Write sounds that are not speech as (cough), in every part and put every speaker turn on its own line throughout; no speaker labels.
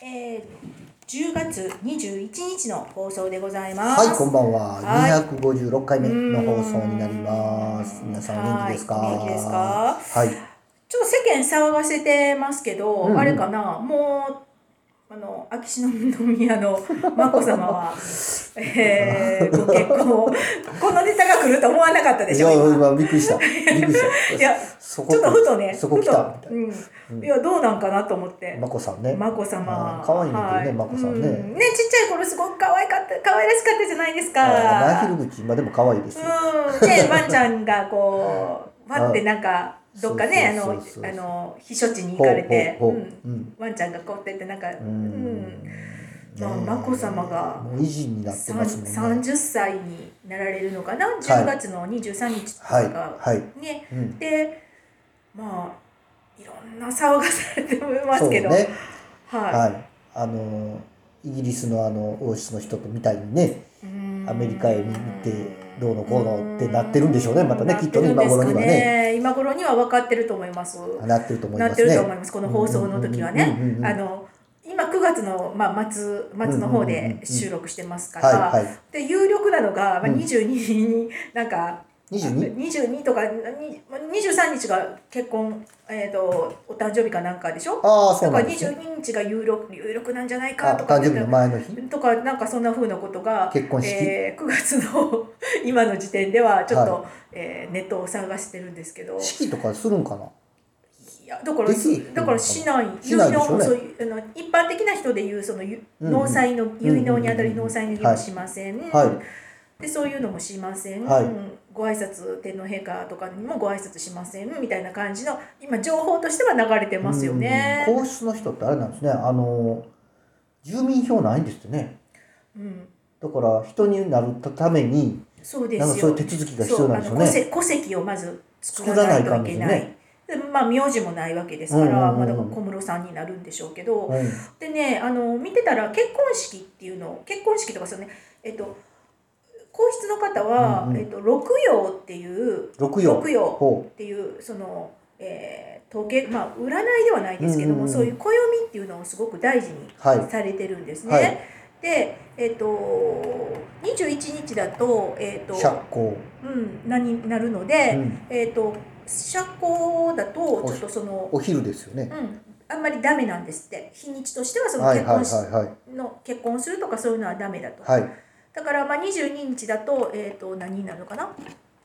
えー、10月21日の放送でございます。
はい、こんばんは。
はい
256回目の放送になります。皆さんお元気ですか
はいお元気ですか
はい。
ちょっと世間騒がせてますけど、
うんうん
あれかな、もう、あの、秋篠宮
(laughs)
の眞子さまは、えー、ご結婚、このネタが来ると思わなかったで
い
しょ、
や、
今。
今びっくりした。びっくりし
(laughs)
た。
いや、
そ
ちょっとふとね、
そこ来
ふ
た
と。
み
うん。いや、どうなんかなと思って。
たいな。まこさんね。
眞子さま
あー可愛いですね
は
眞子さんね
うねちっちゃい頃すごく可愛かった可愛らしかったじゃないですか
あーナイフル口、まあでも可愛いですよ。
うんでワンちゃんがこうわってなんかどっかねあ
そ
の
うそうそうそう
あの避暑地に行かれて
ほう
う
ほうほ
ん
う。うん。
ワンちゃんがこうやってってなんかう
うんん。
まあ
ねえ
眞子さまが
もう維持になってますもんね。
三十歳になられるのかな10月の23日と
はい。
か
はい。
ね
うん。
でまあいろんな騒がされてますけど
ね。
は
はい。あの、イギリスのあの、王室の人とみたいにね。
いうん
アメリカへ行ってどうのこうのってなってるんでしょうねまたねきっとね
なてるんですか
今頃にはね
今頃には分かってると思います
なってると思い
な
ま
って
す
る
ね
と。思いますこの放送の時は
うんうんうんうんう
ね
ん
あの今9月の、まあ、末末の方
うんうんうん
で
うん
収録してますから、
はいはい。
で有力なのが、まあ、
うん
22になんか、
二十二。
22とかにまあ23日が結婚、えー、とお誕生日かなんかでしょ
ああそ
だ
う
か
なん
ら
ですね。
22日が有力有力なんじゃない
あ
かとか
誕生日の前の日。
とかなんかそんな風なことが
結婚式
えー9月の今の時点ではちょっと、
は
えーネットを探してるんですけど
式とかするんかな。
いやだから
できる
だから市内
市内でしょうね
そういうあの一般的な人でいうそのゆ
うんうん
納祭の結納にあた
う
り
んうんうん
納祭の儀もしません、
は
でそういうのもしません、
はい
ご挨拶天皇陛下とかにもご挨拶しませんみたいな感じの今情報としては流れて
い。
ますよね。
うん皇室の人ってあれなんですね。あの住民票ないんですってね。
うん、
だから人になるために
そうで
なんか
す
そうい
よ
う手続きが必
そ
要
う
な
あ
んです
の
よ
戸
ね。
籍戸籍をまず作
作
らな
らないい
と
と
い
い
け
け
な
ないい
でまあ名字もないわけですから、
うんうんうんうん
まあ、だから小室さんになるんでしょうけど、
うん
でねあの見てたら結婚式っていうの結婚式とかそのねえっと皇室の方は、
うんうん
えっと、六曜っていう
六曜。
六曜
ほ
っていうその、えー、統計まあ占いではないですけども、
うんうんうん
そういう暦っていうのをすごく大事に
はい
されてるんですね。
はい
でえっと21日だと,、えっと
う。釈光。
うん、なになるので、
うん
えっ、と社交だとちょっとその、
お昼ですよ
う
ね。
ん、あんまりダメなんですって日にちとしてはその
はい
結
はい
婚
はい
し、
はい。
の結婚するとかそういうのはダメだと、
はい。
だからまあ22日だと,、えー、と何になるのかな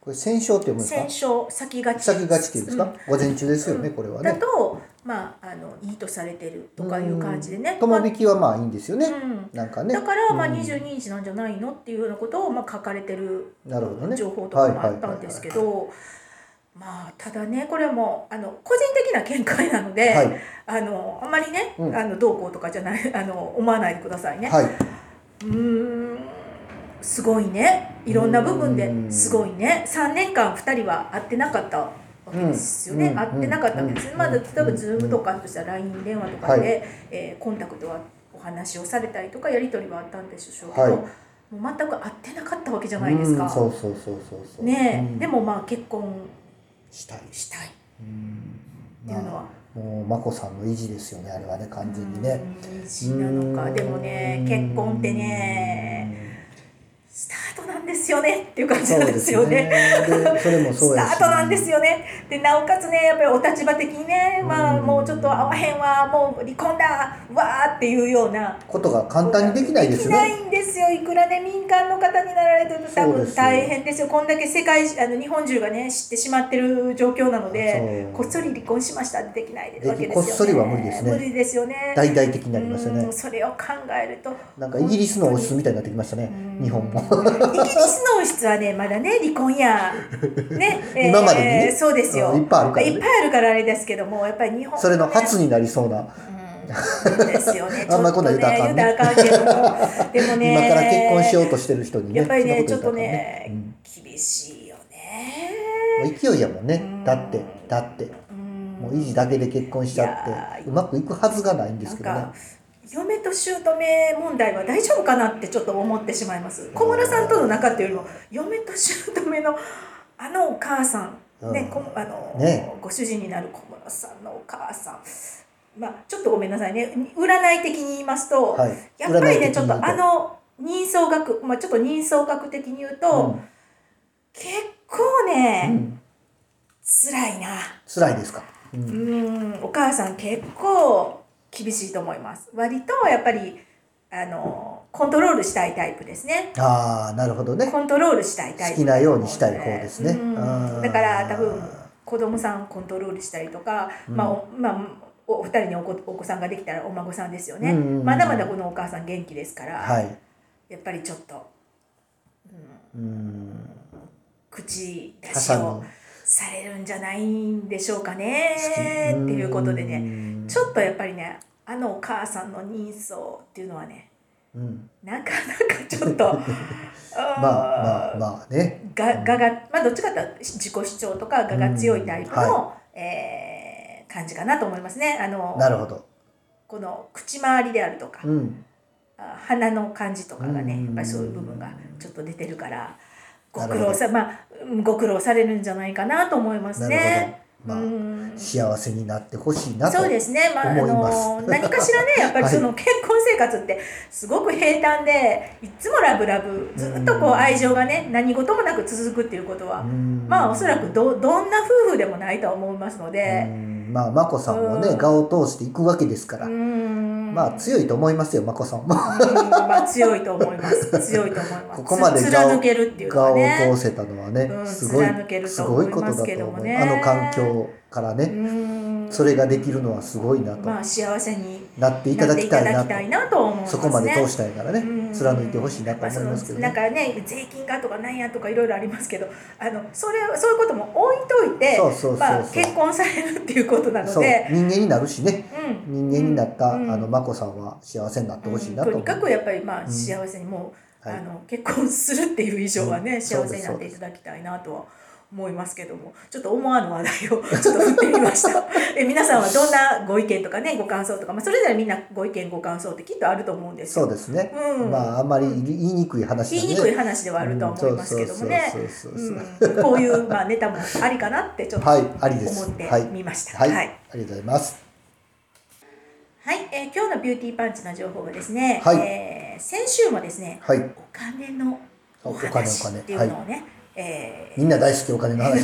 これ戦勝って読むんです
戦
か。
勝先勝ち
先勝ちっていうんですか。午前中ですよね。
うん
これ
う
は
ん
ね
だ。とまああのいいとされてるとかいう感じでね、
とも引きはまあいいんですよね。
まあうん
なんかね。
だからまあ
うん
22日なんじゃないのっていうようなことをまあ書かれてる
なるほどね
情報とかもあったんですけどまあただねこれもあの個人的な見解なので、
はい
あのあんまりね、
うん
あのどうこうとかじゃないあの思わないでくださいね。
はい。
うーんすごいねいろんな部分
う
で
ん
すごいね3年間2人は会ってなかったわけですよね、
うん
会ってなかったわけです、
うん
まあ、例えば
うん
Zoom とかあとしたら LINE 電話とかで、
は
えーコンタクトはお話をされたりとかやり取りはあったんでしょうけど、
はい
もう全く会ってなかったわけじゃないです
うん
か。
そうそうそうそうそう。
ねえ、
うん
でもまあ結婚
したい。
したいっ
うん
ていうのは、
まあもう眞子さんの維持ですよね。あれはね完全にね。
うん意地なのか
うん
でもね結婚ってね。スタートなんですよねっていう感じなん (laughs) ですよね。
そうですねでそれもそ
ス
う
タ
やし。
ートなんですよね。でなおかつねやっぱりお立場的にね、まあ
うん
もうちょっと合わへんわもう離婚だわーっていうような。
ことが簡単にできないですよ
できない
ね。
んですよいくらね民間の方になられても多
そうで
分
すよ
大変ですよこんだけ世界あの日本中がね知ってしまってる状況なので
そ
こ
う
っそり離婚しましたってできないわけですよね
できこっそりは無理ですね
無理ですよね
大々的になりますよ
う
ね
ん。それを考えると
なんかイギリスの王室みたいになってきましたね。日本も。
イギリスの王室はねまだね離婚
(laughs)
や、ねえー
今までにね
そうですよ
うんいっぱいあるからね
いっぱいあるからあれですけどもやっぱり日本はね
それの初になりそうな。
うんですよ
(laughs)
ね
あんまこんなん言うたらあかんね
ちょっとね言うたらあかんけどもでもね
今から結婚しようとしてる人にね。
やっぱりねち
そ
ょっ
んな
と
こ言うたらあかん
ね、
うん
厳しいよ
も
ね
う勢いやもんね、
ん
だってだって
うん
もう維持だけで結婚しちゃ
いや
っ
ー
てうまくいくはずがないんで
な
す
ん
けどね
か嫁と姑問題は大丈夫かなってちょっと思ってしまいます小室さんとの仲っていうよりも嫁と姑のあのお母さん、ね
うん
こあの
ね
ご主人になる小室さんのお母さんまあ、ちょっとごめんなさいね占い的に言いますと、
はい。
やっぱりねちょっと
占い的に
あの人相学、まあ、ちょっと人相学的に言うと、
言う
結構
と、
ね、
うんうん、
辛いな
辛いですか。う、
うんんお母さん結構厳しいと思います割とやっぱりあのコントロールしたいタイプですね
ああ、なるほどね。
コントロールしたいタイ
好
プ
きなようにしたい方ですね。
うん
あー
だから多分子供さんコントロールしたりとか、まあおまあおお二人にお子お子さんができたらお孫さんですよね、
うんうんうん
まだまだこのお母さん元気ですから、
はい。
やっぱりちょっと
うん。
口出し
挟
を
む。
されるんじゃないんでしょうかねっていうことでね
ね
ちょっとやっぱりねあのお母さんの人相っていうのはね
うん。
なかなかちょっ
(laughs)
と
まあまあ
あ
まあね。
ーがががまあどっちかっていうと自己主張とかがが強いタイプ
う
の、えー感じかなと思いますねあの
なるほど。
この口周りであるとか、
うん。
あ鼻の感じとかが
う
ね
ん
やっぱりそういう部分がちょっと出てるからご
な
苦
るほど
労さまあうんご苦労されるんじゃないかなと思います
なる
ね。
ほ
う
ど。ま
ん
あ、幸せになってほしいなと。
そうですね、まあ、あ
思います
の何かしらねやっぱりその結婚生活ってすごく平坦でいつもラブラブずっとこう
うん
愛情がね何事もなく続くっていうことは
うん
まあおそらくどどんな夫婦でもないとは思いますので
うんまあ眞子さんもね、
うん
顔を通していくわけですから、
うん
まあ強いと思いますよ眞子さんも
うんまあ強いと思います。強いと思います。
ここまで
つ
顔
貫けるっていうか
顔を
ね。
通せたのはね、
うん
すごい
貫ける
す
と
ご
思
い
い
こと
ま
だ
す
と
けど
思
も
う、
ね
あの環境からね、
うん
それができるのはすごいなと、
まあ幸せに
なっていた
なっ
だ
て
き
いた
たい
だ
な
き
と
たいなと思います
そ
ね。
こまで通したいからね、
うん
貫いてほしいなと思いますけど、
まあそのなんかね税金がとかなんやとかいろいろありますけど、あのそれそういうことも置いといて、
そうそうそうそう
まあ結婚されるっていうことなの
そう
で、
人間になるしね
うん
人間になった、
うん
あの眞子さんは幸せになってほしいな
う
と
んと
思う、
にかくやっぱりまあ幸せにもう、
はい
あの結婚するっていう以上はね、
うん
幸せになっていただきたいなとは思いますけどもちょっと思わぬ話題を (laughs) ちょっと振ってみました
(laughs)
え皆さんはどんなご意見とかねご感想とか、まあ、それぞれみんなご意見ご感想ってきっとあると思うんです
そ
よ
うですね、
うん
まああんまり言い言いにくい話
言
だ
い
ね
にくい話ではあるとは思いますけどもね
うんそうそうそうそう
うんこういうまあネタもありかなってちょっと
はい
思
ありです
って
はい
みました。
はい、
はい
ありがとうございます
はい、えー今日のビューティーパンチの情報はですね、
はい
えー先週もですね、
はい
お金の
お
お
お金
話
お金
っていうのをね、え
みんな大好きお金の
ー
話で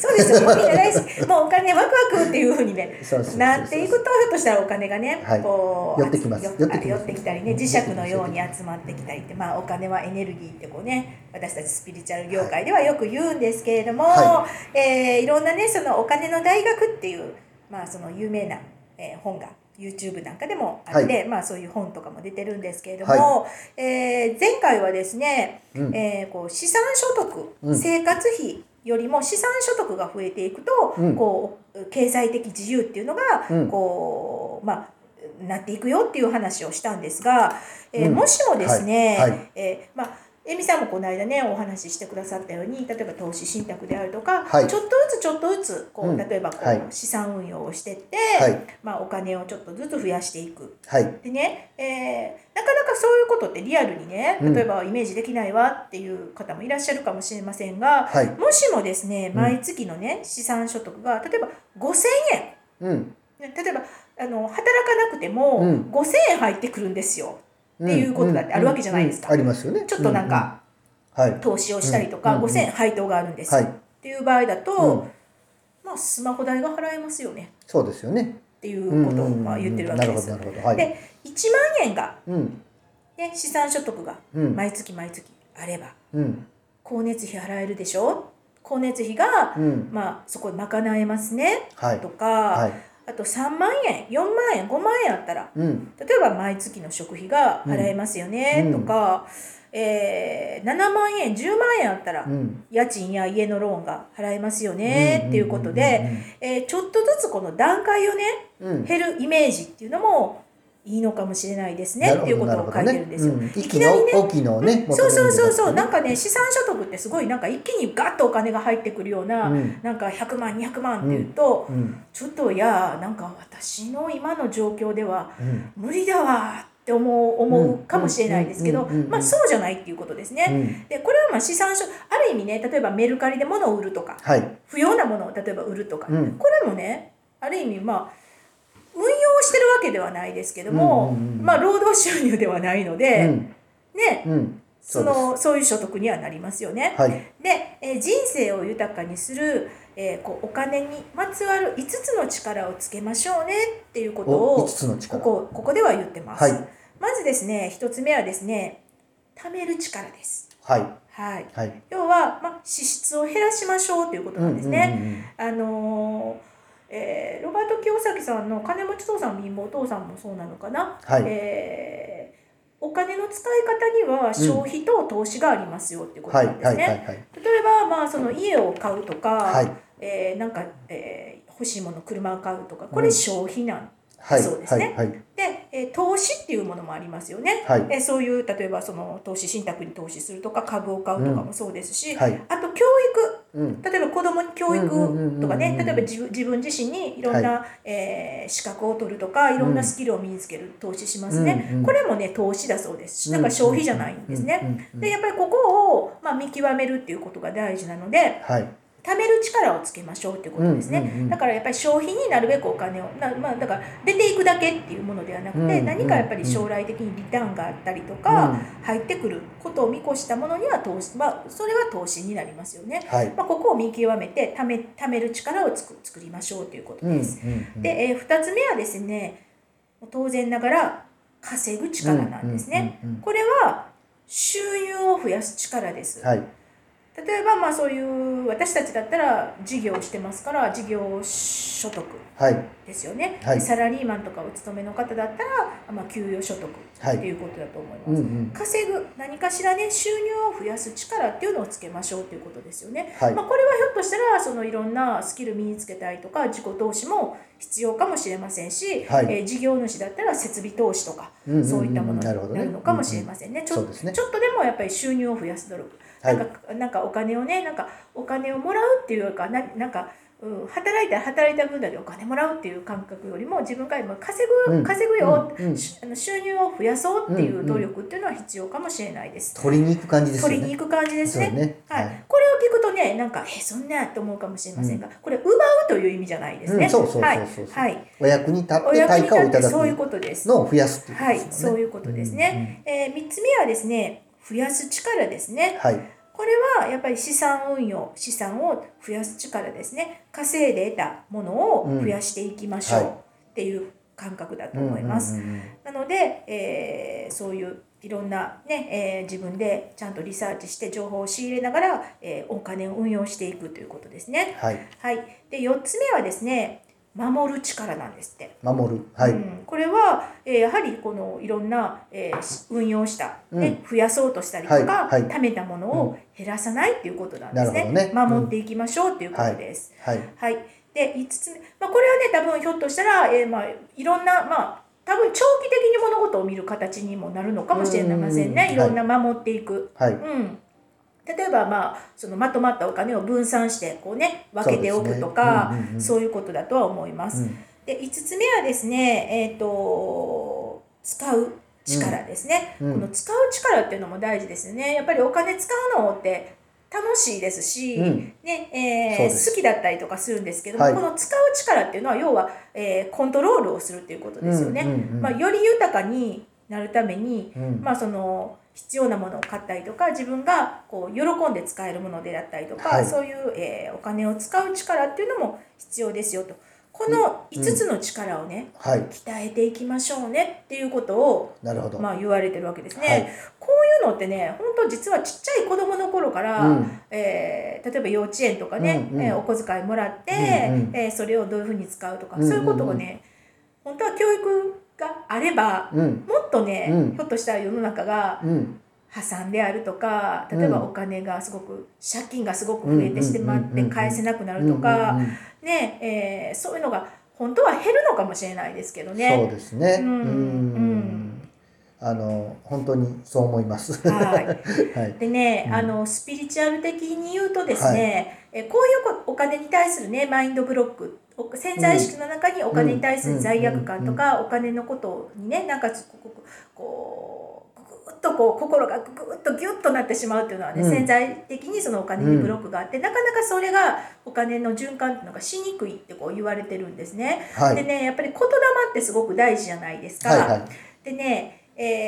(laughs) そうですよもうみんな大好きもうお金ワクワクっていうふうにね
そうそうそうそう
なっていくとひょっとしたらお金がね、
はい
こう
寄ってきます
よ
寄ってきます
寄ってきたりね磁石のように集まってきたりってまあお金はエネルギーってこうね私たちスピリチュアル業界ではよく言うんですけれども、、
はい
えーいろんなねそのお金の大学っていうまあその有名な、えー本が YouTube なんかでもあって、
は
まあそういう本とかも出てるんですけれども、
は
えー前回はですね、
うん
えーこう資産所得、
うん
生活費よりも資産所得が増えていくと、
うん
こう経済的自由っていうのが、
うん
こうまあなっていくよっていう話をしたんですが、えー
うん
もしもですね、
はいはい
えーまあえみさんもこの間ねお話ししてくださったように例えば投資信託であるとか、
はい
ちょっとずつちょっとずつこう、
うん
例えばこう、
はい
資産運用をしてって、
はい
まあ、お金をちょっとずつ増やしていく
はい
でね、えーなかなかそういうことってリアルにね
うん
例えばイメージできないわっていう方もいらっしゃるかもしれませんが、
はい
もしもですね
ん
毎月のね資産所得が例えば5,000円
うん
ね例えばあの働かなくても
うん
5,000円入ってくるんですよ、
って
いうことだってあるわけじゃないですか
ありますよね
ちょっとなんか、
うんうんはい
投資をしたりと
うん
か、
うん
5,000円配当があるんですよ、
はい、
っていう場合だと、
うん、
まあ、スマホ代が払えますよね
そうですよね
っていうことをまあ言ってるわけです。
なるほどなるほどはい
で1万円が、
うん
ね、資産所得が
うん
毎月毎月あれば
うん
光熱費払えるでしょ光熱費が、
うん
まあ、そこで賄えますね
はい
とか、
はい
あと3万円4万円5万円あったら
うん
例えば毎月の食費が払えますよね
う
と
ん
か、えー7万円10万円あったら
うん
家賃や家のローンが払えますよねっていうことで、えーちょっとずつこの段階をね
うんうんうん
減るイメージっていうのもいいのかもしれないですねっていうことを書いてるんですよ。
なるほどなるほどねうん
いき
一気
な
に
りね
大きいのをね
そうそうそうそうなん
か
かね資産所得ってすごいなんか一気にガッとお金が入ってくるような、
うん
なんか100万200万っていうと、
うん
ちょっといやなんか私の今の状況では
うん
無理だわって思う思うかもしれないですけど
うんうんうんうん
まあそうじゃないっていうことです
う
ね。
ん
でこれはまあ資産所ある意味ね例えばメルカリで物を売るとか
はい
不要なものを例えば売るとか、
うん
これもねある意味まあ運用ししてるわけではないですけども、
うんうんうん
まあ労働収入ではないの
う
で、
ん
ね
うんそ
そう
です
のそういう所得にはなりますよね。
はい
で、えー人生を豊かにする、えーこうお金にまつわる5つの力をつけましょうねっていうこと
お
を
5つの
こ
力
こここでは言ってます。
はい
まずですね1つ目はですね貯める力です。
はい
はい、
はい
要は、まあ、支出を減らしましょうということなんですね。あのーえーロバート清崎さんの「金持ち父さん貧乏父さん」もそうなのかな、
はい
えーお金の使い方には消費と投資がありますよっていうこと
は
ないんで
は
す
い
ね。
はいはい
例えば、まあ、その家を買うとか、
はい
えーなんか、えー欲しいもの車を買うとかこれ消費なん
はい
そうですね
はいはい
で、えー投資っていうものもありますよね。
はい
えーそういう例えばその投資信託に投資するとか株を買うとかもそうですし、
はい
あと教育
うん
例えば子供に教育
うんうんうんうん
とかね例えば自分自分自身にいろんな、えー資格を取るとかいろんなスキルを身につける投資しますね、
うんうん
これもね投資だそうですしだから消費じゃないんですね。
うんうん
でやっぱりここを、まあ、見極めるっていうことが大事なので
はい
貯める力をつけましょうっていうことですね、
うんうんうん
だからやっぱり消費になるべくお金をな、まあ、だから出ていくだけっていうものではなくて、
うんうんうん
何かやっぱり将来的にリターンがあったりとか、
うん
入ってくることを見越したものには投資、まあ、それは投資になりますよね。
はい
まあ、ここを見極めてため貯める力をつく作りましょうということです。
うん
で、え2つ目はですね当然ながら稼ぐ力なんですね。
うんうんうんうん
これは収入を増やす力です。
はい
例えばまあそういう私たちだったら事業をしてますから事業所得
はい
ですよね、
は
で
い
サラリーマンとかお勤めの方だったら、まあ、給与所得
はい
っていうことだと思います。
うんうん
稼ぐ何かしらね収入を増やす力っていうのをつけましょうということですよね。
はい
まあ、これはひょっとしたらそのいろんなスキル身につけたりとか自己投資も必要かもしれませんし、
はい
えー事業主だったら設備投資とか、
うんうんうん
そういったものに
なるほどね
なるのかもしれませんね。ちょ
そうですね
ちょっとでもやっぱり収入を増やす努力、
はい
なんかなんかお金をねなんかお金をもらうっていうよりかななんか、うん、働いたら働いた分だけお金もらうっていう感覚よりも自分から今稼
う
ぐ
ん
稼ぐよ、
うんうん
しあの収入を増やそうっていう努力っていうのは必要かもしれないです。
取りに行く感じですよね
取りに行く感じですね
そうね
はい
はい
これを聞くとねなんか「えそんな」と思うかもしれませんが、これ奪うという意味じゃないですね。
うんそうそうそうそう
はいはい
お役に立っ
お
て
役に
対
立
価をい
ったて
だ
そういう
く
ことです。
のを増やすっていうこと
はい、
です
そ
も
うん
ね
いうことですね。えー、3つ目はですね増やす力ですね。
はい
これはやっぱり資産運用資産を増やす力ですね稼いで得たものを増やしていきましょう
うんはい
っていう感覚だと思います。
うんうんうんうん
なので、えーそういういろんな、ねえー自分でちゃんとリサーチして情報を仕入れながら、えーお金を運用していくということですね。
はい
はい、で4つ目はですね守る力なんですって。
守るはい、
うん、これは、えーやはりこのいろんな、えーし運用した、ね増やそうとしたりとか、
はいはい
貯めたものを減らさないっていうことなんですね,、
なるほどね
守っていきましょうっていうことです。
はい
はい、で5つ目、まあ、これはね多分ひょっとしたら、えーまあ、いろんなまあ多分長期的に物事を見る形にもなるのかもしれませんね
うん
いろんな守っていく。
はい
うん例えばまあそのまとまったお金を分散してこうね分けておくとかそう
そ
う,、
ですねうんうんうん
いうことだとは思います。
うん
で5つ目はですねえっ、と使う力ですね、
うんうん
この使う力っていうのも大事ですよねやっぱりお金使うのって楽しいですし、
うん
ね
そう
えー
です
好きだったりとかするんですけども、
はい
この使う力っていうのは要は、えーコントロールをするっていうことですよね。
うんうんうん
まあ、より豊かになるために、
うん
まあ、その必要なものを買ったりとか自分がこう喜んで使えるものでだったりとか、
はい
そういう、えーお金を使う力っていうのも必要ですよとこの5つの力をね、
はい
鍛えていきましょうねっていうことを、
なるほど、
まあ、言われてるわけですね。
はい
こういうのってね本当実はちっちゃい子どもの頃から、
うん
えー例えば幼稚園とかね、
うんうん
えーお小遣いもらって、
うんうん
えーそれをどういうふうに使うとか、
うんうんうん
そういうことをね本当は教育があれば
うん
もっとね、
うん
ひょっとしたら世の中が
うん
破産であるとか例えば
うん
お金がすごく借金がすごく増えてしてま
うん
っ
うんうんう
て
ん
返せなくなるとか、
うんうんうん
ねえーそういうのが本当は減るのかもしれないですけど
そう
ね。
ですね
うんうん
あの本当にそう思います
はい、
(laughs) はい
でね、
うん
あのスピリチュアル的に言うとですね、えこういうこお金に対するねマインドブロックお潜在意識の中にお金に対する罪悪感とか、お金のことにねなんかこうこうこうググッとこう心がグッとギュッとなってしまうっていうのはね、
うん
潜在的にそのお金にブロックがあって、なかなかそれがお金の循環っていうのがしにくいってこう言われてるんですね。
はい
でねやっぱり言霊ってすごく大事じゃないですか。
はいはい
でね、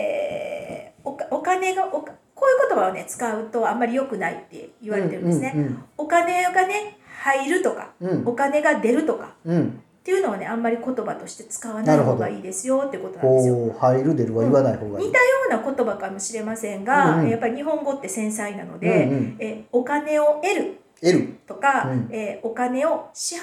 えーおかお金がおかこういう言葉をね使うとあんまり良くないって言われてるんですね。お金がね入るとか
うんうん
お金が出るとか
うんうん
っていうのをねあんまり言葉として使わない方がいいですよってことなんですよ。
こう入る出るは言わない方がいい、
似たような言葉かもしれませんが、
うんうん
やっぱり日本語って繊細なの
うんう
で、
ん、
えお金を得る
得る
とか、
うん
えお金を支払う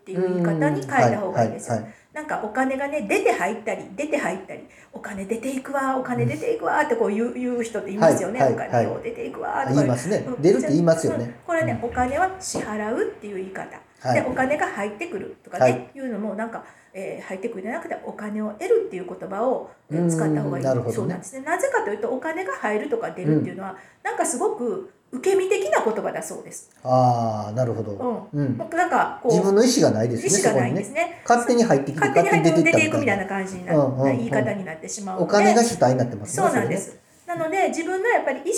っていう言い方に変えた方がいいですよ。
うんはいはいはい
なんかお金がね出て入ったり出て入ったりお金出ていくわお金出ていくわってこう言う言う人っていますよね、
はい
お
はい
金を出ていくわ
あ
と
言い
か。
ますね
うん
出るって言いますよ
うん
ね、
これね、お金は支払うっていう言い方、
は
でお
い
金が入ってくるとかね、
はい
い、うのもなんか、えー入ってくるじゃなくてお金を得るっていう言葉をえー
うん
使った方がいい
なるほどね
そうなんですねなぜかというとお金が入るとか出るっていうのは、なんかすごく受け身的な言葉だそうです、
ああなるほ
うん、
ど、
も
うん、
うなんかこう
自分の意思がないで
意
すね
思がないんで
そこにね
すね
勝手に入ってきて
勝手に入って出ていくみたい
な
な感じにな
うんうんうん
言い方になってしまうので
お金が主体になってますね
そうなんです。なので自分のやっぱり意思で、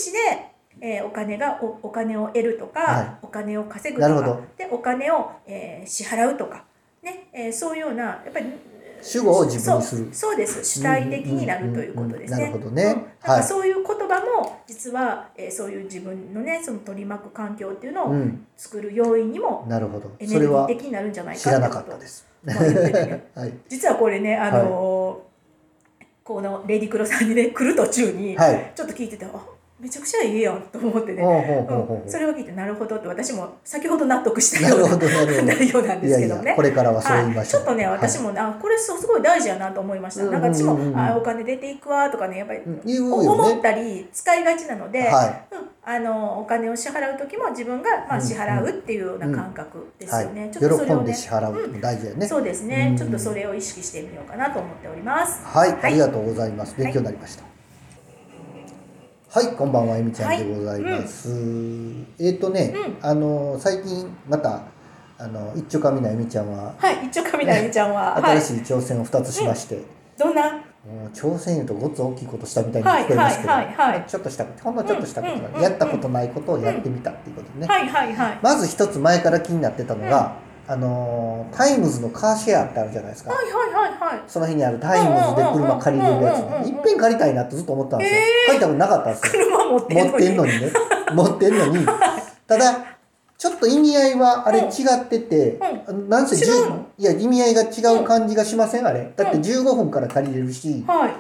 えーお金がおお金を得るとか、
は
お金を稼ぐ
な
と
るほ
か
ど
でお金を、えー支払うとか、ねえーそういうようなやっぱり
主語を自分にする
そうそうです主体的になるということですね。
うんうんうんなる
うんなん
ほどねは
か
い
そういう言葉も実は、えーそういう自分のねその取り巻く環境っていうの
う
を
ん
作る要因にも
なるほど
エネ
そ
ルギー
れは
的になるんじゃない
知
かっ
ら
て
な
こ
かっ
と
たです
まあ言っててね
はい
実はこれねあのーこのレディクロさんにね来る途中に、
はい
ちょっと聞いててあめちゃくちゃいいやんと思ってね、
(laughs) ほうほう
う
ほうほ
ん、
う
それを聞いてなるほどって私も先ほど納得した
な
よ
る
う
ほ
な
どなるほど
(laughs) 内容なん
い
です
や
け
い
ども
や
ね
こ。れからはそう言い
は
ま
い、
し
ち
ょ
ょ
う
っとね、私
も
もね、あ、これそうすごい大事やなと思いました。なんか私も
うんうんう、ん
あ、お金出ていくわとかね、やっぱり、
言うよ
思っ
ね
たり使いがちなので、
は
うん、あのお金を支払う時も自分がまあ
うん
支払うっていうような感覚で
い
すよ
は
ね。
い
ちょっとそれ
喜
を
ん
ね
で、支払うの大事だよね
そうですね
う。ん
ちょっとそれを意識してみようかなと思っております。
はい、
い
ありがとうございます。勉強になりました。はい、こんばんは、えみちゃんでございます。えっ、とね、
う
あの最近またあの一丁神なえみちゃんは
はい、一応神田美ちゃんは、は
新
い、
しい挑戦を二つしまして、
どんな
もう挑戦言うとごっつ大きいことしたみたいに聞こえますけど、
はいはいはいはい
ちょっとしたこと、ほんのちょっとしたことが、
うんうん
やったことないことをやってみたっていうことでね。
はいはいはい。
まず一つ前から気になってたのが、あのタイムズのカーシェアってあるじゃないですか。
はいはいはいはい。
その辺にあるタイムズで車借りれるやつ
うんうんうんうんうん
ねいっぺん借りたいなってずっと思ってたんですよ、借りたことなかったんですよ
車持って
持ってんの
に。
にね持ってんのにただちょっと意味合いはあれ違ってて、なんせ
違
じゅ
うの
いや意味合いが違う感じがしませんあれだって15分から借りれるし
はい。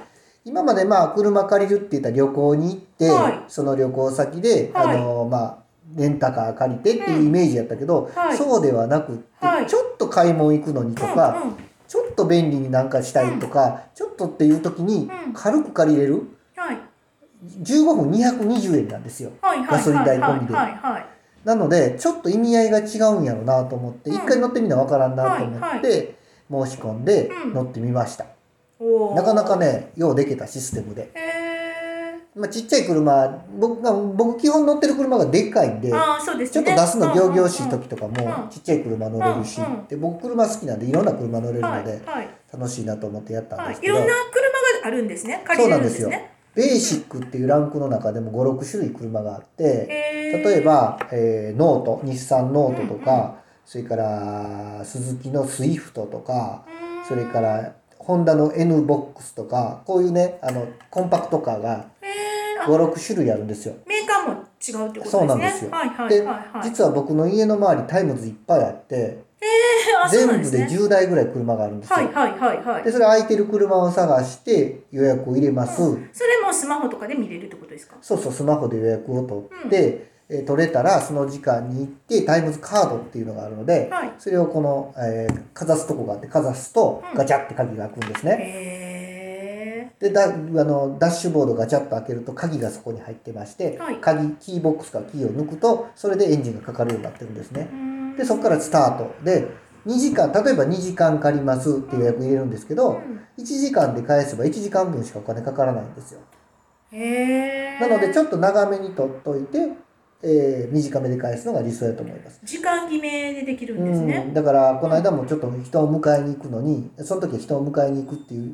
今までまあ車借りるって言ったら旅行に行って、
はい
その旅行先で、
はい
あのまあレンタカー借りてっていうイメージやったけど、
はい
そうではなくって、
はい
ちょっと買い物行くのにとか、
うんうん
ちょっと便利になんかしたいとか、ちょっとっていう時に
うん
軽く借りれる
はい
15分220円なんですよ
はいはいはい
ガソリン代込みで
はいはいはい
なのでちょっと意味合いが違うんやろなと思って
うん
一回乗ってみなわからんなと思
は
っ
い
て申し込んで
うん
乗ってみました
おー
なかなか。ねようできたシステムで、
へ
まあ、ちっちゃい車僕が僕基本乗ってる車がでっかいんで
ーああそうです
ちょ
ね。
っと出すの仰々しい
うんうん
時とか
う
も
ん
ちっちゃい車乗れるし
うんうん
で僕車好きなんでいろんな車乗れ
う
る
んはい
の
は
で
い
楽しいなと思ってやったん
は
で
い
す。
い
けど
ろんな車があるんですね。借りれるんですね。
ベーシックっていうランクの中でも56種類車があって
へー
例え。ば、えーノート日産ノートとか、
うん
それからスズキのスイフトとか
うーん
それか。らホンダの N ボックスとかこういうねあのコンパクトカーが
へえ。あ
56種類あるんですよ。
メーカーも違うってことですね。
そうなんですよ
はいはい
で
はいはい。
実は僕の家の周りタイムズいっぱいあって
(laughs) あそうなん
全
で
部
す
で
ね
10台ぐらい車があるんですよ。
はいはいはいはい
で。それ空いてる車を探して予約を入れます。
それもスマホとかで見れるってことですか。
そうそう、スマホで予約を取って、えー取れたらその時間に行って、タイムズカードっていうのがあるので、
はい。
それをこの、えーかざすとこがあって、かざすと
うん
ガチャって鍵が開くんですね。
へ
でだあの、ダッシュボードガチャッと開けると鍵がそこに入ってまして、
はい
鍵、キーボックスからキーを抜くと、それでエンジンがかかるようになってるんですね。
え。
で、そこからスタート。で、2時間、例えば2時間借りますって予約入れるんですけ
う
ど、
ん。
1時間で返せば1時間分しかお金かからないんですよ。
へえ。
なのでち
ょっ
ょっと長めに取っといて、えー短めで返すのが理想だと思います。
と時間決めでできるんです
う
ね。
ん、だからこの間もちょっと人を迎えに行くのにその時は人を迎えに行くっていう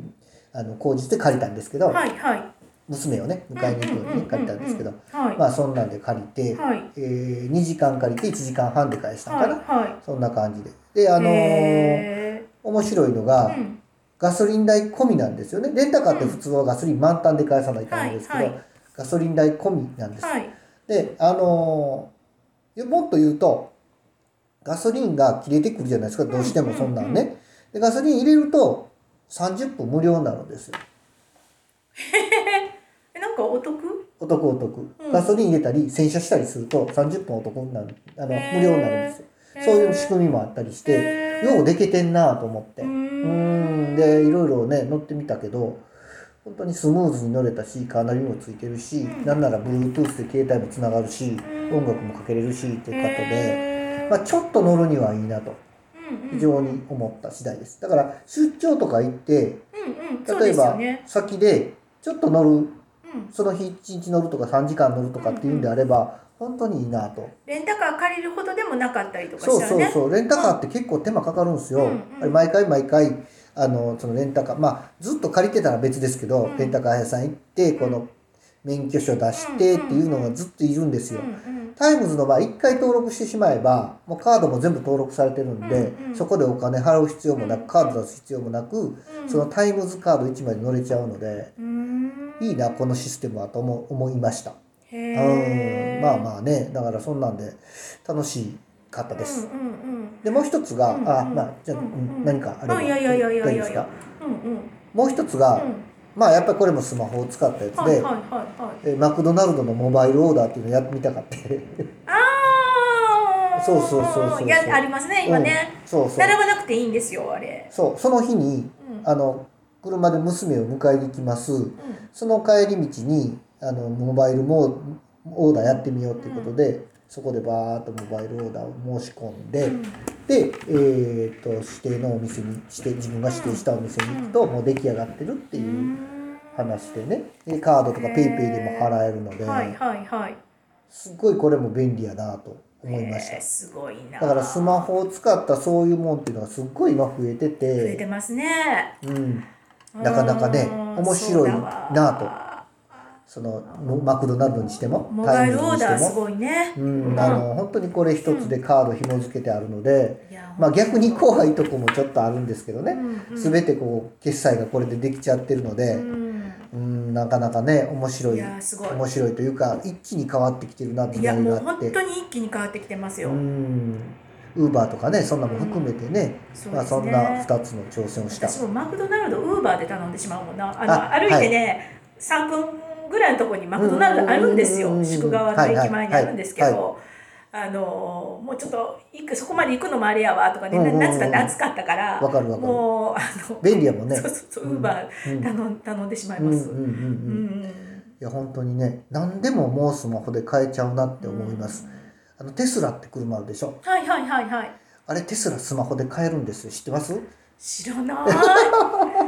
あの口実で借りたんですけど、
はいはい。
娘をね迎えに行くのにね借りたんですけど、
はい、
まあそんなんで借りて、
はい
えー、2時間借りて1時間半で返したの
はい
かな、
は
そんな感じでで
い
あのー
へ
面白いの
ー
が、
うん
ガソリン代込みなんですよねレンタカーって普通はガソリン満タンで返さないといけないんですけど、
はいは
ガソリン代込みなんです、
はい
であのーもっと言うとガソリンが切れてくるじゃないですかどうしてもそんなんね、
うん
でガソリン入れると30分無料なのですよ
えなんかお得
お得お得、
うん
ガソリン入れたり洗車したりすると30分お得になるあの
へー
無料になるんですよそういう仕組みもあったりして
て
ようできてんなと思って
うー
うんんでいろいろね乗ってみたけど本当にスムーズに乗れたしカーナビもついてるし、
うん
なんなら Bluetooth で携帯もつながるし、
うん
音楽もかけれるしっていうことで、
へー
まあ、ちょっと乗るにはいいなと
うんうん
非常に思った次第ですだから出張とか行って
うんうんそう
例
で
え
すよ
ば
ね
先でちょっと乗る
うん
その日1日乗るとか3時間乗るとかっていうんであれば、本当にいいなと。
レンタカー借りるほどでもなかったりとか
そう
したら
そう
ね
そう、レンタカーって結構手間かかるんです
う
よ。
んうん
あれ毎回毎回、あの、そのレンタカー、まあ、ずっと借りてたら別ですけど、
うん
レンタカー屋さん行って、この免許証出してっていうのがずっといるんですよ。
うん
タイムズの場合、一回登録してしまえば、もうカードも全部登録されてるんで、
うんうん
そこでお金払う必要もなく、カード出す必要もなく、
うん
そのタイムズカード1枚で乗れちゃうので、
うん
いいな、このシステムはと思思いました。
へー
うん、まあまあね、だからそんなんで楽しかったです。
うんうんうん
でもう一つが、
うん
あ
うん
まあじゃあ、
うんうん
うん何かあれば
あいやいやいやいやいやいや
大丈夫ですか
うんうん
もう一つが、
うん
まあやっぱりこれもスマホを使ったやつ
はい
で、
はいはいはい
えマクドナルドのモバイルオーダーっていうのやってみたかって
(laughs) ああ
そうそうそうそうそう
いやありますね今ね、
うんそうそう
並ばなくていいんですよあれ
そうその日に
うん
あの車で娘を迎えに行きます
うん
その帰り道にあのモバイルもオーダーやってみようっていうことで、そこでバーっとモバイルオーダーを申し込んで、
うん
で、えー、と指定のお店にして自分が指定したお店に行くと、もう出来上がってるっていう。話でねでカードとか PayPay でも払えるので、
はいはいはい
すっごいこれも便利やなと思いまし
えー
た
すごいな
だからスマホを使ったそういうもんっていうのがすっごい今増えてて
増えてますね
うん、なかなかね
うん
面白い
そうだわ
なそのもマクドナルドにしても
モバイルオーダー
タイム
す
ズにしても
ごいね
うん、あの本当にこれ一つでカード紐付けてあるので、
いや
まあ、逆に怖いとこもちょっとあるんですけどね、
うんうん
全てこう決済がこれでできちゃってるので。
うん
うん、なかなかね面白い
いやーすごい
面白いというか一気に変わってきてるなって
いやもう
があっ
本
て
当に一気に変わってきてますよ、
うんウーバーとかねそんなもん含めてね、
そうですね
まあ、そんな2つの挑戦をした
私もマクドナルドウーバーで頼んでしまうもんなあの
あ
歩いてね、3分ぐらいのところにマクドナルドあるんです
うん
よ
うんうんうん
宿川の駅前にあるんですけ
はいは
ど。あのもうちょっと行くそこまで行くのもあれやわとかね、
うんうんうん
夏だって暑かったから
わかるわかる
もうあの、
便利やもんね
そうそうそう
うん
ウーバ
う
ー
ん
頼ん,、頼んでしまい
うんう
ま
ん
す、
うんう
うん
んいや本当にね何でももうスマホで買えちゃうなって思います、あのテスラって車あるでしょ
はいはいはいはい
あれテスラスマホで買えるんですよ知ってます
知らない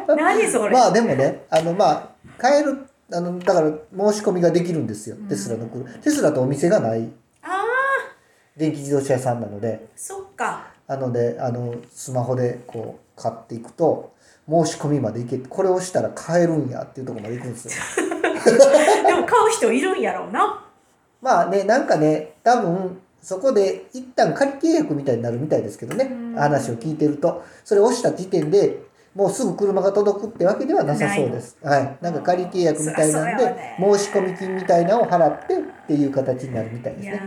(laughs) 何それ、
まあでもねあのまあ買えるあのだから申し込みができるんですよ、テスラの車テスラとお店がない
あ
電気自動車屋さんなので
ーそっか
なのであのスマホでこう買っていくと申し込みまでいけこれをしたら買えるんやっていうところまで行くんで
(laughs)
すよ
でも買う人いるんやろうな
まあねなんかね多分そこで一旦仮契約みたいになるみたいですけどね
うん
話を聞いてるとそれを押した時点でもうすぐ車が届くってわけではなさそうですはいなんか仮契約みたいなんで、
そりゃそうやわ
申し込み金みたいなのを払ってっていう形になるみたい
(laughs)
で
い
す
や
ね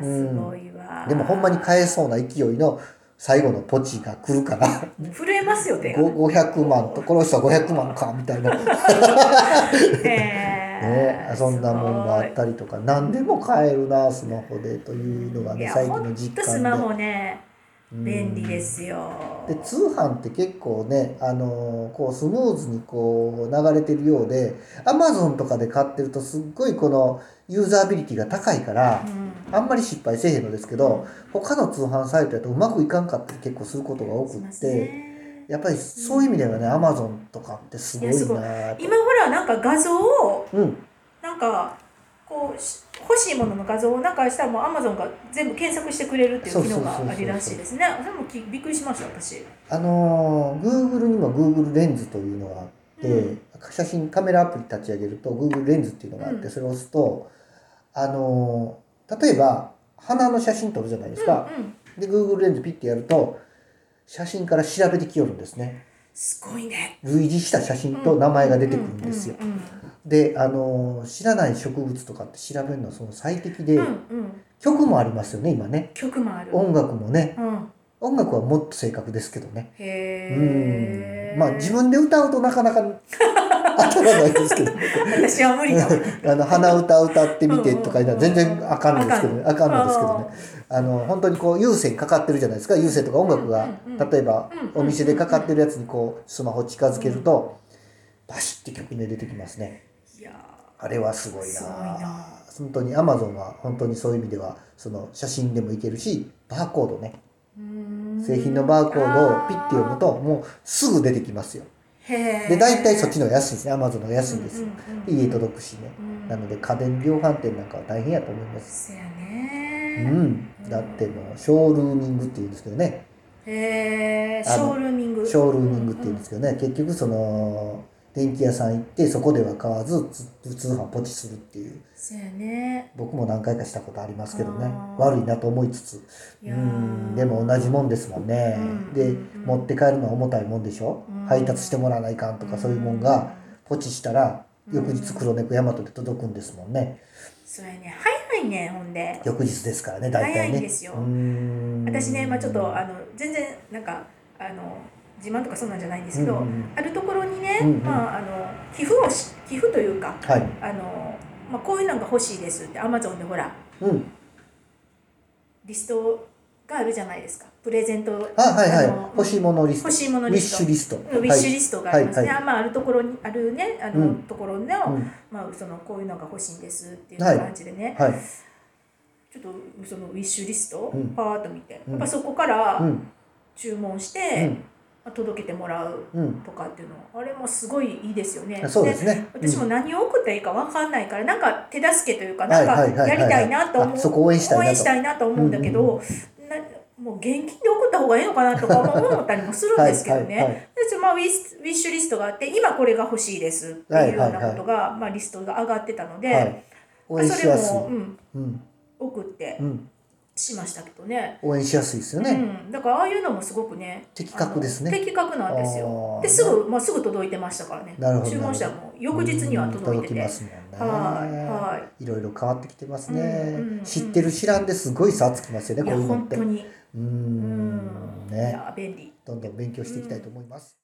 ー
うん
すごいわ、
でもほんまに買えそうな勢いの最後のポチが来るから
震えますよ手が。
ご500万とこの人は500万かみ
(laughs)
たいな、ね、
ね
そんなもんがあったりとか何でも買えるなスマホでというのが
い
ね
や
最
ほ
近の
ん
実
とスマ
感
ホ
で
ね
うん
便利ですよ。
で通販って結構ね、あのーこうスムーズにこう流れてるようで Amazon とかで買ってるとすっごいこのユーザービリティが高いから
う、ん
あんまり失敗せえへんのですけど他の通販サイトやとうまくいかんかったり結構することが多
し
く
ま
っ
す
て。
ね
やっぱりそういう意味ではね、Amazon とかってすごい
いやすごい
なーって
今ほらなんか画像を
うん、
なんかこうし欲しいものの画像をなんかしたらもう Amazon が全部検索してくれるっていう機能があるらしいですね。それもきびっくりしました私。
あのー Google にも Google レンズというのがあって、
うん
写真カメラアプリ立ち上げると Google レンズっていうのがあって、
うん
それを押すとあのー例えば花の写真撮るじゃないですか、
うんうん、
で Google レンズピッてやると写真から調べてきよるんですね
すごいね。
類似した写真と名前が出てくるんですよ、
うんうん
であのー知らない植物とかって調べるのはその最適で、
うんうんうん
曲もありますよね今ね
曲もある。
音楽もね
うん、
音楽はもっと正確ですけどね
へ
う
え。
んまあ自分で歌うとなかなか当たらないです
(laughs)
けど
私は無理だ。
あの鼻歌歌ってみてとか言ったら全然あかんのですけどね
うんうんうん
あかんのですけどねあの本当にこう有線かかってるじゃないですか有線とか音楽が
うんうんうん
例えば
うんうんうん
(laughs) お店でかかってるやつにこうスマホ近づけるとバシッて曲に出てきますね
いや
あれはすごい
すごい
な
な
本当にアマゾンは本当にそういう意味ではその写真でもいけるしバーコードね
ーうーん
製品のバーコードをピッて読むともうすぐ出てきますよ
へー
で大体そっちの方が安いですねアマゾンの方が安いんですよ、
うんうん
で家届くしね
うん
なので家電量販店なんかは大変やと思いま
そ
す
や
う
ね
んだってもうショールーミングっていうんですけどね
へえシ
あの
ョールーミング
ショールーミングっていうんですすけどね結局その電気屋さん行ってそこでは買わずつ通販ポチするっていう
そやね
僕も何回かしたことありますけどね
あー
悪いなと思いつつ
いうやー
んでも同じもんですもんね、
うん
で
うん
持って帰るのは重たいもんでしょ、
うん
配達してもらわないかんとかそういうもんがポチしたら
うん
翌日黒猫ヤマトで届くんですもんね
そやね早いねほんで
翌日ですからね大体ね
早いんですよ
うーん
私ね、まあ、ちょっとあの全然なんかあの自慢とかそんなんじゃないんですけど、
うんうんうん
あるところにね、
うんうん
まあ、あの寄付をし寄付というか
はい
あの、まあ、こういうのが欲しいですってアマゾンでほら
うん
リストがあるじゃないですかプレゼント
あはいは
あの
い欲しいものリスト
欲しいもの
ウィ
リ
ッ
ス
シ
ト
ュリスト
ウィッシュリストがありますね、
は
あまあ、あるところにあるねあの、
うん
ところの、
はい、
まあ、そのこういうのが欲しいんですっていう
はい
感じでね、
うんはい
ちょっとそのウィッシュリストを
うん
パーッと見て、
うん
やっぱそこから
うん
注文して、まあ届けてもらう
うん
とかっていうのあれもすごいいいですよね
うん。そうですね
で私も
うん
何を送ったらいいか分かんないから、なんか手助けというか、
は
ない
は
ん
い
か
はいは
や
い
りたいなと思う、
あそこ応援したい
応
なと
援したいなと思うんだけど、
うんう
なもう現金で送った方がいいのかなとかも思ったりもするんですけどね。
はいはいはい
でそのまあ、ウィスウィッシュリストがあって、今これが欲しいですっていうようなことが、まあ、リストが上がってたので、
はい応
まあ
援
そ
し
れ
やすい
も、うん、
うん
送って
うん
しましたけどね。
応援しやすいですよね、
うん、だからああいうのもすごくね
的確ですね
あの的確なんですよ
あー
ですぐ,、まあ、すぐ届いてましたからね
なるほど
注文したらもう翌日には届いてて
うんきますもんね
はいはい
ろいろ変わってきてますね、
うんうんうん
知ってる知らんですごい差つきますよね
い
こう
や
いうのっ
本
て
当
う
に
ー
うんい
ね
や便利
どんどん勉強していきたいと思います、